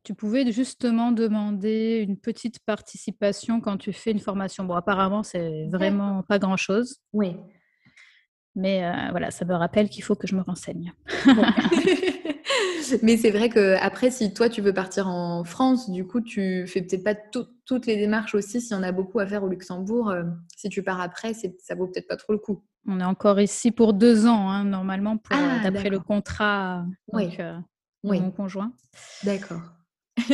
S2: tu pouvais justement demander une petite participation quand tu fais une formation. Bon, apparemment c'est vraiment pas grand chose,
S1: Oui.
S2: mais euh, voilà, ça me rappelle qu'il faut que je me renseigne.
S1: Bon. Mais c'est vrai que après, si toi tu veux partir en France, du coup tu fais peut-être pas tout- toutes les démarches aussi. S'il y en a beaucoup à faire au Luxembourg, euh, si tu pars après, c'est- ça vaut peut-être pas trop le coup.
S2: On est encore ici pour deux ans hein, normalement pour euh,
S1: Ah,
S2: d'après le contrat
S1: Oui.
S2: donc, euh, de
S1: Oui,
S2: mon conjoint.
S1: d'accord.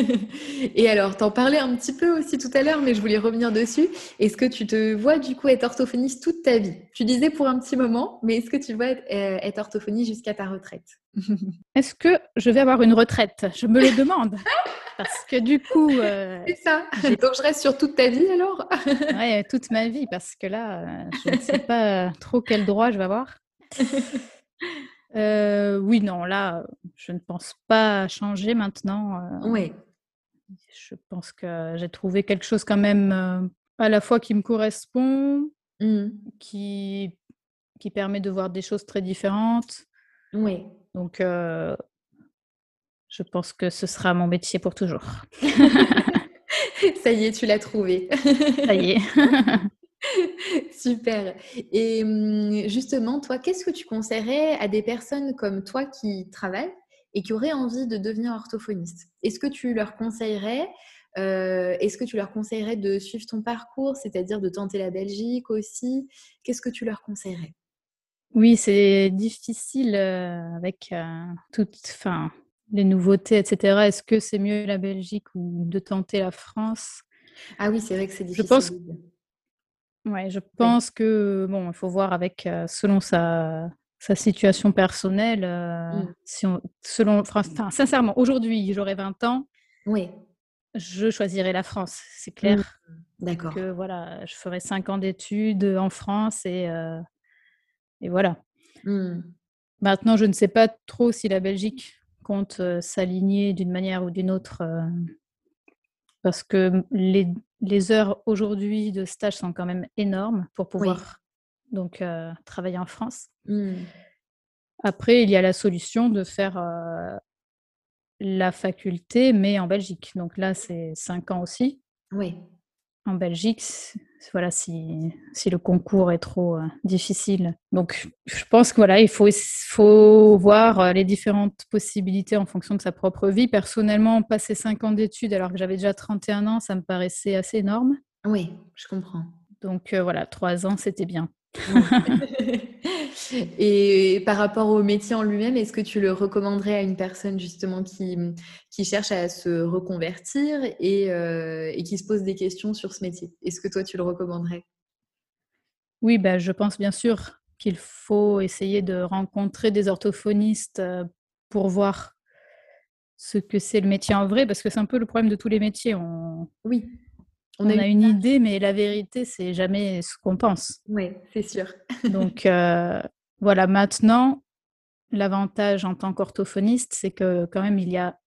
S1: Et alors, t'en parlais un petit peu aussi tout à l'heure, mais je voulais revenir dessus. Est-ce que tu te vois du coup être orthophoniste toute ta vie Tu disais pour un petit moment, mais est-ce que tu vois être, euh, être orthophoniste jusqu'à ta retraite
S2: Est-ce que je vais avoir une retraite Je me le demande. Parce que du coup, euh,
S1: C'est ça. Donc je reste sur toute ta vie alors
S2: ouais, euh, toute ma vie, parce que là, euh, je ne sais pas trop quel droit je vais avoir. Euh, oui, non, là, je ne pense pas changer maintenant. euh,
S1: Oui.
S2: je pense que j'ai trouvé quelque chose quand même euh, à la fois qui me correspond,
S1: Mmh.
S2: qui, qui permet de voir des choses très différentes.
S1: Oui.
S2: Donc, euh, je pense que ce sera mon métier pour toujours.
S1: Ça y est, tu l'as trouvé.
S2: Ça y est.
S1: Super. Et hum, justement, toi, qu'est-ce que tu conseillerais à des personnes comme toi qui travaillent et qui auraient envie de devenir orthophoniste Est-ce que tu leur conseillerais euh, Est-ce que tu leur conseillerais de suivre ton parcours, c'est-à-dire de tenter la Belgique aussi Qu'est-ce que tu leur conseillerais
S2: Oui, c'est difficile euh, avec euh, toutes enfin, les nouveautés, etc. Est-ce que c'est mieux la Belgique ou de tenter la France
S1: Ah oui, c'est vrai que c'est difficile.
S2: pense-
S1: de dire.
S2: Ouais, je pense que bon, il faut voir avec euh, selon sa, sa situation personnelle. euh,
S1: Mm.
S2: si on, selon, enfin, enfin, sincèrement, aujourd'hui, j'aurais 20 ans,
S1: Oui,
S2: je choisirais la France, c'est clair.
S1: d'accord.
S2: Que voilà, je ferais 5 ans d'études en France et, euh, et voilà.
S1: Hmm. Hum,
S2: Maintenant, je ne sais pas trop si la Belgique compte euh, s'aligner d'une manière ou d'une autre. euh, parce que les, les heures aujourd'hui de stage sont quand même énormes pour pouvoir donc euh, travailler en France.
S1: hum.
S2: Après, il y a la solution de faire euh, la faculté, mais en Belgique. Donc là, c'est 5 ans aussi.
S1: Oui.
S2: En Belgique, c- voilà, si, si le concours est trop euh, difficile. Donc, je pense que voilà, il faut, ess- faut voir euh, les différentes possibilités en fonction de sa propre vie. Personnellement, passer 5 ans d'études alors que j'avais déjà 31 ans, ça me paraissait assez énorme.
S1: Oui, je comprends.
S2: Donc euh, voilà, 3 ans, c'était bien.
S1: Et par rapport au métier en lui-même, est-ce que tu le recommanderais à une personne justement qui, qui cherche à se reconvertir et, euh, et qui se pose des questions sur ce métier Est-ce que toi, tu le recommanderais
S2: Oui, bah, je pense bien sûr qu'il faut essayer de rencontrer des orthophonistes euh, pour voir ce que c'est le métier en vrai, parce que c'est un peu le problème de tous les métiers. On,
S1: Oui.
S2: on a une idée, mais la vérité, c'est jamais ce qu'on pense.
S1: Oui, c'est sûr.
S2: Donc euh, voilà, maintenant, l'avantage en tant qu'orthophoniste, c'est que quand même, il y a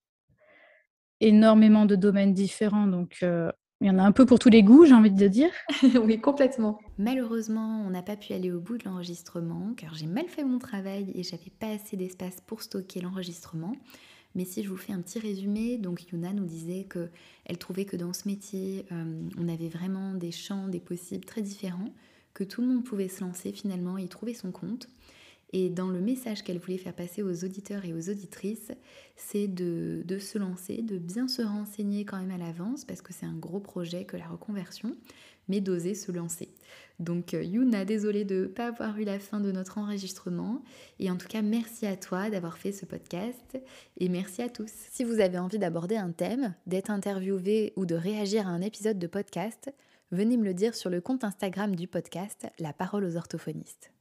S2: énormément de domaines différents. Donc euh, il y en a un peu pour tous les goûts, j'ai envie de dire.
S1: oui, complètement. Malheureusement, on n'a pas pu aller au bout de l'enregistrement car j'ai mal fait mon travail et j'avais pas assez d'espace pour stocker l'enregistrement. Mais si je vous fais un petit résumé, donc Yuna nous disait que elle trouvait que dans ce métier, euh, on avait vraiment des champs, des possibles très différents, que tout le monde pouvait se lancer finalement et trouver son compte. Et dans le message qu'elle voulait faire passer aux auditeurs et aux auditrices, c'est de, de se lancer, de bien se renseigner quand même à l'avance, parce que c'est un gros projet que la reconversion, mais d'oser se lancer. Donc euh, Yuna, désolée de ne pas avoir eu la fin de notre enregistrement, et en tout cas merci à toi d'avoir fait ce podcast, et merci à tous. Si vous avez envie d'aborder un thème, d'être interviewé ou de réagir à un épisode de podcast, venez me le dire sur le compte Instagram du podcast La parole aux orthophonistes.